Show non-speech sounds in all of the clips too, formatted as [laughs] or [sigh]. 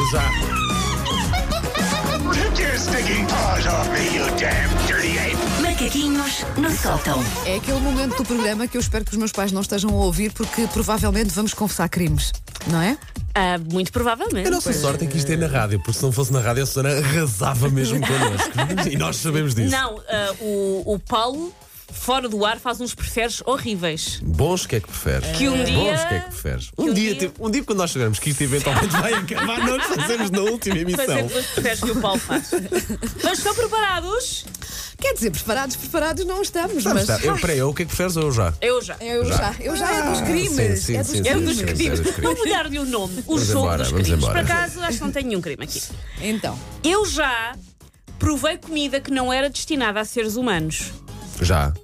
usar. Take your stinking paws off me, you damn dirty ape! Macaquinhos no sótão. É aquele momento do programa que eu espero que os meus pais não estejam a ouvir, porque provavelmente vamos confessar crimes, não é? Ah, muito provavelmente. A nossa sorte é que isto é na rádio, porque se não fosse na rádio, a Susana arrasava mesmo connosco. E nós sabemos disso. Não, ah, o, o Paulo, fora do ar, faz uns preferes horríveis. Bons que é que preferes? Que um dia- Bons que é que preferes? Um, um dia, dia- tipo, um dia quando nós chegarmos que isto eventualmente vai acabar, nós fazemos na última emissão. Fazemos os preferes que o [laughs] Paulo faz. Mas estão preparados? Quer dizer, preparados, preparados não estamos, Sabe, mas. está, eu, peraí, eu o que é que preferes ou eu já? Ah, Eu já. Eu já, eu já é dos sim, crimes. sim, é dos sim, É crimes. o dos sim, crimes. é dos crimes. Vou mudar-lhe o um nome. O Vamos jogo embora, dos vamos crimes. Por embora. acaso, acho que não tenho nenhum crime aqui. Então, Eu já provei comida que não era destinada a seres humanos. Já.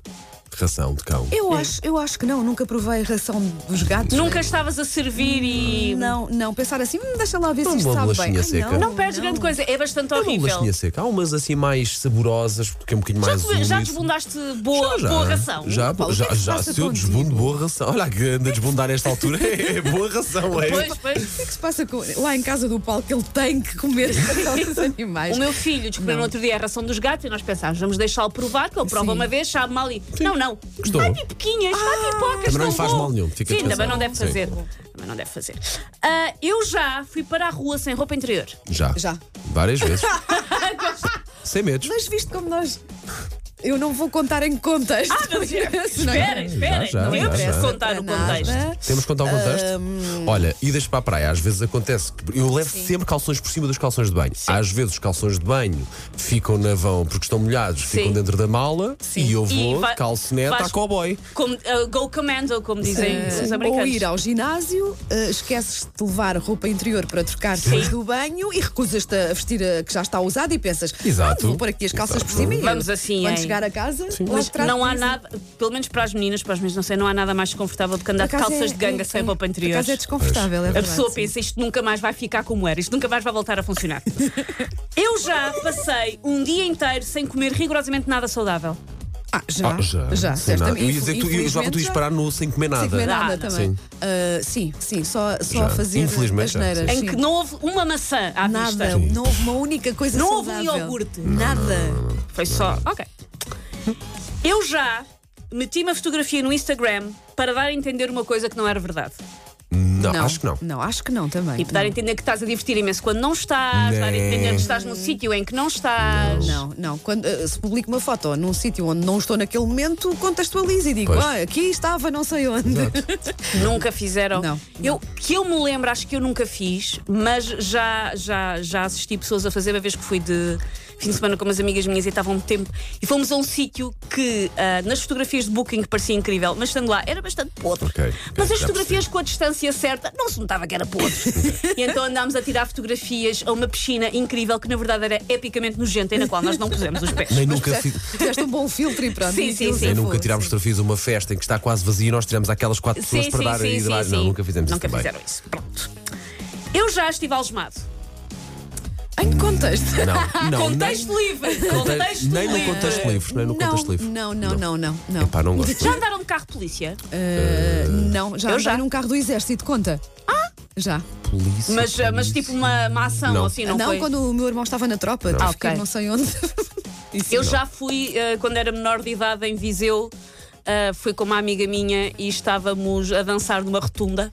Ração de cão. eu acho, eu acho que não, nunca provei ração dos gatos. Nunca estavas a servir e. Não, não, pensar assim, hum, deixa lá ver se Uma isto sabe bem. bolachinha Ai, seca. Não, Não perdes grande coisa. É bastante Uma horrível. bolachinha seca. Há umas assim mais saborosas, porque é um bocadinho Já, mais. te- já úmido. desbundaste boa, Já, já. boa ração? Já, Paulo, o que é já, que se já. passa Se eu contigo? desbundo, boa ração. Olha, que anda a desbundar nesta altura [laughs] é boa ração, é? Pois, pois. O que é que se passa com- lá em casa do Paulo que ele tem [laughs] que comer ração dos animais? O meu filho descobriu no outro dia a ração dos gatos e nós pensámos, vamos deixá-lo provar, que ele prova Sim. uma vez, sabe mal e. Não, não. Gostou. Dá pipoquinhas, dá pipocas, Também não lhe faz vou. mal nenhum, fica Sim, também descansado. não deve Sim. fazer. Também não deve fazer. Ah, eu já fui para a rua sem roupa interior. Já. Já. Várias vezes. Sem medos. Mas viste como nós. Eu não vou contar em contas. Ah, [laughs] Espera, já, espera. já, Temos já. que contar o contexto. Temos que contar o contexto? Olha, idas para a praia, às vezes acontece que eu levo sempre calções por cima dos calções de banho. Às vezes os calções de banho ficam na vão porque estão molhados, ficam Sim. dentro da mala e eu vou, E vai- calçonete vais- à cowboy. Como, ah, go commando, como dizem os Eh, ou americanos. ir ao ginásio, eh, esqueces de levar roupa interior para trocar depois do banho e recusas-te a vestir a que já está usada e pensas, Exato. "Ah, vou pôr aqui as calças por Exato. cima e Vamos assim, quando hein? chegar a casa, lá Mas atrás não há disso. nada, pelo menos para as meninas, para as meninas, não sei, não há nada mais desconfortável do que andar Por de acaso calças é- de ganga é- sem é- roupa Por interior. acaso é desconfortável, é A verdade. pessoa sim. pensa, isto nunca mais vai ficar como era, isto nunca mais vai voltar a funcionar. [laughs] Eu já passei um dia inteiro sem comer rigorosamente nada saudável. Ah, já, Ah, já. já, Sem nada. certamente. Eu ia dizer que tu, eu já Infelizmente, tu ias parar no sem comer nada. Sem comer nada Nada. também. Sim. Ah, sim, sim, só, só Já. a fazer Infelizmente, as já, neiras. sim. é. Em que não houve uma maçã à Nada, vista. não houve uma única coisa Não houve um saudável. iogurte. Nada. Foi só. Ok. Eu já meti uma fotografia no Instagram para dar a entender uma coisa que não era verdade. Não, acho que não. Não, acho que não também. Tipo, dar a entender que estás a divertir imenso quando não estás, Né. dar a entender que estás num sítio em que não estás. Não, não. Quando, eh, se publico uma foto num sítio onde não estou naquele momento, contextualizo e digo, Pois. ah, aqui estava não sei onde. Nunca fizeram. Não, Eu, que eu me lembro, acho que eu nunca fiz, mas já, já, já assisti pessoas a fazer, uma vez que fui de fim de semana com umas amigas minhas e estavam um tempo. E fomos a um sítio que ah, nas fotografias de Booking parecia incrível, mas estando lá era bastante podre. Ok, ok, mas as já fotografias com a distância certa não se notava que [laughs] era podre. e então andámos a tirar fotografias a uma piscina incrível que na verdade era epicamente nojenta e na qual nós não pusemos os pés. Nem nunca Fizeste- fiz. [laughs] Fizeste um bom filtro e pronto. Sim, e sim, aquilo sim. já Nem foi, nunca tirámos sim. troféus a uma festa em que está quase vazia e nós tiramos aquelas quatro pessoas para dar aí de lá. Não, nunca fizemos Nunca isso também. fizeram isso. Pronto. Eu já estive algemado. Em que contexto? Não, [laughs] não. contexto nem, livre. [laughs] conte- Contexto nem livre. no contexto livre. Nem é no contexto livre. não, não, não, não, não. Epá, não gosto. Já andaram de carro de polícia? Eh, não, já Eu andei já. num carro do exército, conta. Ah? Já. Polícia, Mas, ah, mas polícia. tipo uma, uma ação, Não. assim, não, foi? quando o meu irmão estava na tropa, tive Ah, que ir ok. não sei onde. Isso Eu já fui, ah, quando era menor de idade, em Viseu, ah, fui com uma amiga minha e estávamos a dançar numa rotunda.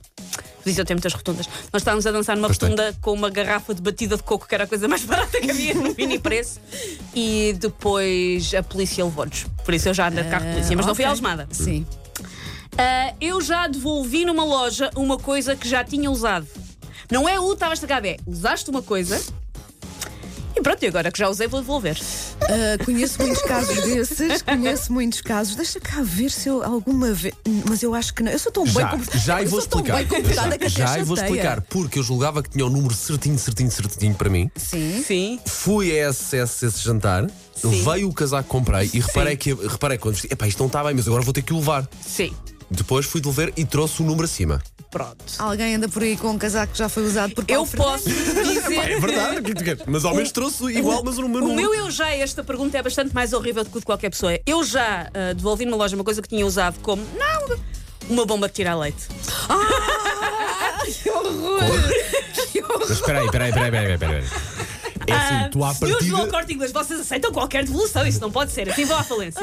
Viseu tem muitas rotundas. Nós estávamos a dançar numa Bastante. rotunda com uma garrafa de batida de coco, que era a coisa mais [laughs] barata que havia no mini preço. E depois a polícia levou-nos. Por isso eu já andei de carro de polícia, mas não fui Ok. algemada. Sim. Ah, eu já devolvi numa loja uma coisa que já tinha usado. Não é o estavas estragado, é usaste uma coisa e pronto, e agora que já usei vou devolver. Uh, conheço muitos casos desses, conheço muitos casos. Deixa cá ver se eu alguma vez. Mas eu acho que não. Eu sou tão bem Já, comportada. já e eu vou sou tão explicar. bem comportada que até já e vou chateia. explicar. Porque eu julgava que tinha o número certinho, certinho, certinho para mim. Sim. Sim. Fui a esse, esse, esse jantar, levei o casaco que comprei e reparei que reparei quando vesti, epá, isto não está bem, mas agora vou ter que o levar. Sim. Depois fui devolver e trouxe o número acima. Pronto. Alguém anda por aí com um casaco que já foi usado por Eu Paulo Fernandes? posso [laughs] dizer. verdade, o que é que tu queres? Mas ao menos trouxe igual, mas o é meu O meu eu já, esta pergunta é bastante mais horrível do que o de qualquer pessoa. Eu já ah, devolvi numa loja uma coisa que tinha usado como. Não! Uma bomba de tirar leite. Que horror! Que horror! Mas espera aí, espera aí, espera aí, espera aí, espera aí. É Ah, assim, tu à Senhores do partida... Corte Inglês, vocês aceitam qualquer devolução, isso não pode ser. Assim vão à falência.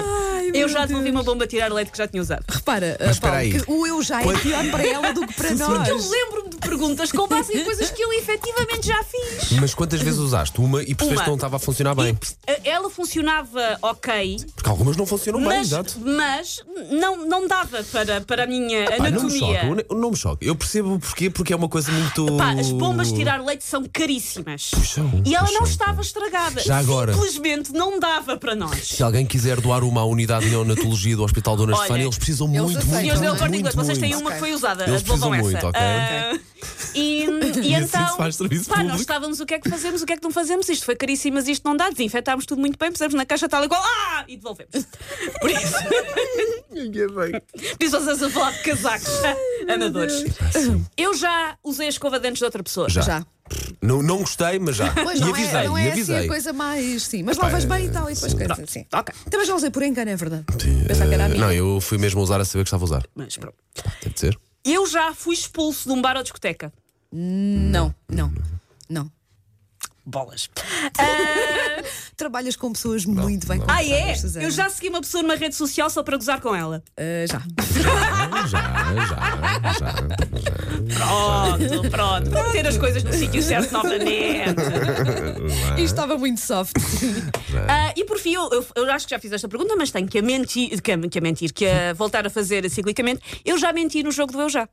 eu já devolvi uma bomba a tirar leite que já tinha usado. Repara, Mas uh, espera Paulo, aí. que o eu já é Quando- pior para ela do que para nós. Então Eu lembro-me de perguntas com base em coisas que eu efetivamente já fiz. Mas quantas vezes usaste uma e percebeste Uma. que não estava a funcionar bem? E, eh, Ela funcionava ok, Porque algumas não funcionam bem, mas, exato. mas não, não dava para, para a minha Pá, não me anatomia. choque, não me choque. Eu percebo o porquê, porque é uma coisa muito. Pá, as bombas de tirar leite são caríssimas. Puxão, e ela puxão. não estava estragada. então. Já agora. Simplesmente não dava para nós. Se alguém quiser doar uma à unidade de neonatologia do Hospital Dona Olha, Estefânia, eles precisam eles muito, muito, Senhores muito, do Então, muito, Corte Inglês, vocês têm um- muito. uma que foi usada. Eles Devolvam precisam essa. muito, ok? Ah, [laughs] E, e, assim então, se faz serviço pá, nós público. estávamos o que é que fazemos, o que é que não fazemos, isto foi caríssimo, mas isto não dá, desinfetámos tudo muito bem, pusemos na caixa tal e qual, ah! E [laughs] devolvemos. Por isso. Diz vocês a falar de casacos, [laughs] amadores. É assim. Eu já usei a escova de dentes de outra pessoa. Já. Já. Não, não gostei, mas já. Pois e não avisei, é, não e é avisei. assim a coisa mais. Sim, mas Epá, lavas bem é, e tal, e depois sim. coisa assim. Ok. Também já usei por engano, é verdade. Eh, Pensar que era a minha. não, eu fui mesmo a usar a saber que estava a usar. Mas pronto. Deve dizer. Eu já fui expulso de um bar ou discoteca. Não, não, não. Bolas. [laughs] Trabalhas com pessoas muito bem Ah, é? conversadas, Susana. Eu já segui uma pessoa numa rede social só para gozar com ela. Ah, já. Ah, Já, já, já. Pronto, [laughs] pronto. Vamos ter as coisas no sítio certo novamente. Isto estava muito soft. Ah, e por fim, eu, eu- eu acho que já fiz esta pergunta, mas tenho que a mentir, que a, que a mentir, que a voltar a fazer ciclicamente. Eu já menti no jogo do Eu Já.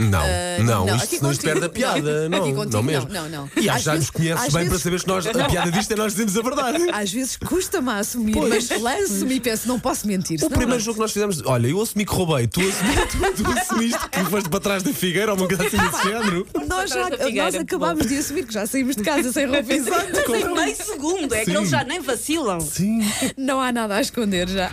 Não, não, Ah, não, aqui isto não nos contigo, perde a piada. Não, não. [laughs] Aqui não, contigo, mesmo. não, não, não. E acho Às que já nos vezes- conheces às bem para vezes- saberes que nós, a piada disto é nós dizemos a verdade. Às vezes custa-me a assumir, mas lanço-me e penso, não posso mentir. O senão primeiro não. jogo que nós fizemos, olha, eu assumi que roubei, tu, assumi, [laughs] tu, tu assumiste que foste para trás da figueira ou uma coisa assim [laughs] desse género. Nós, já, Atrás da figueira, nós muito acabámos de assumir que já saímos de casa sem roupa exato. Mas em meio segundo, é que Sim. eles já nem vacilam. Sim. Não há nada a esconder já.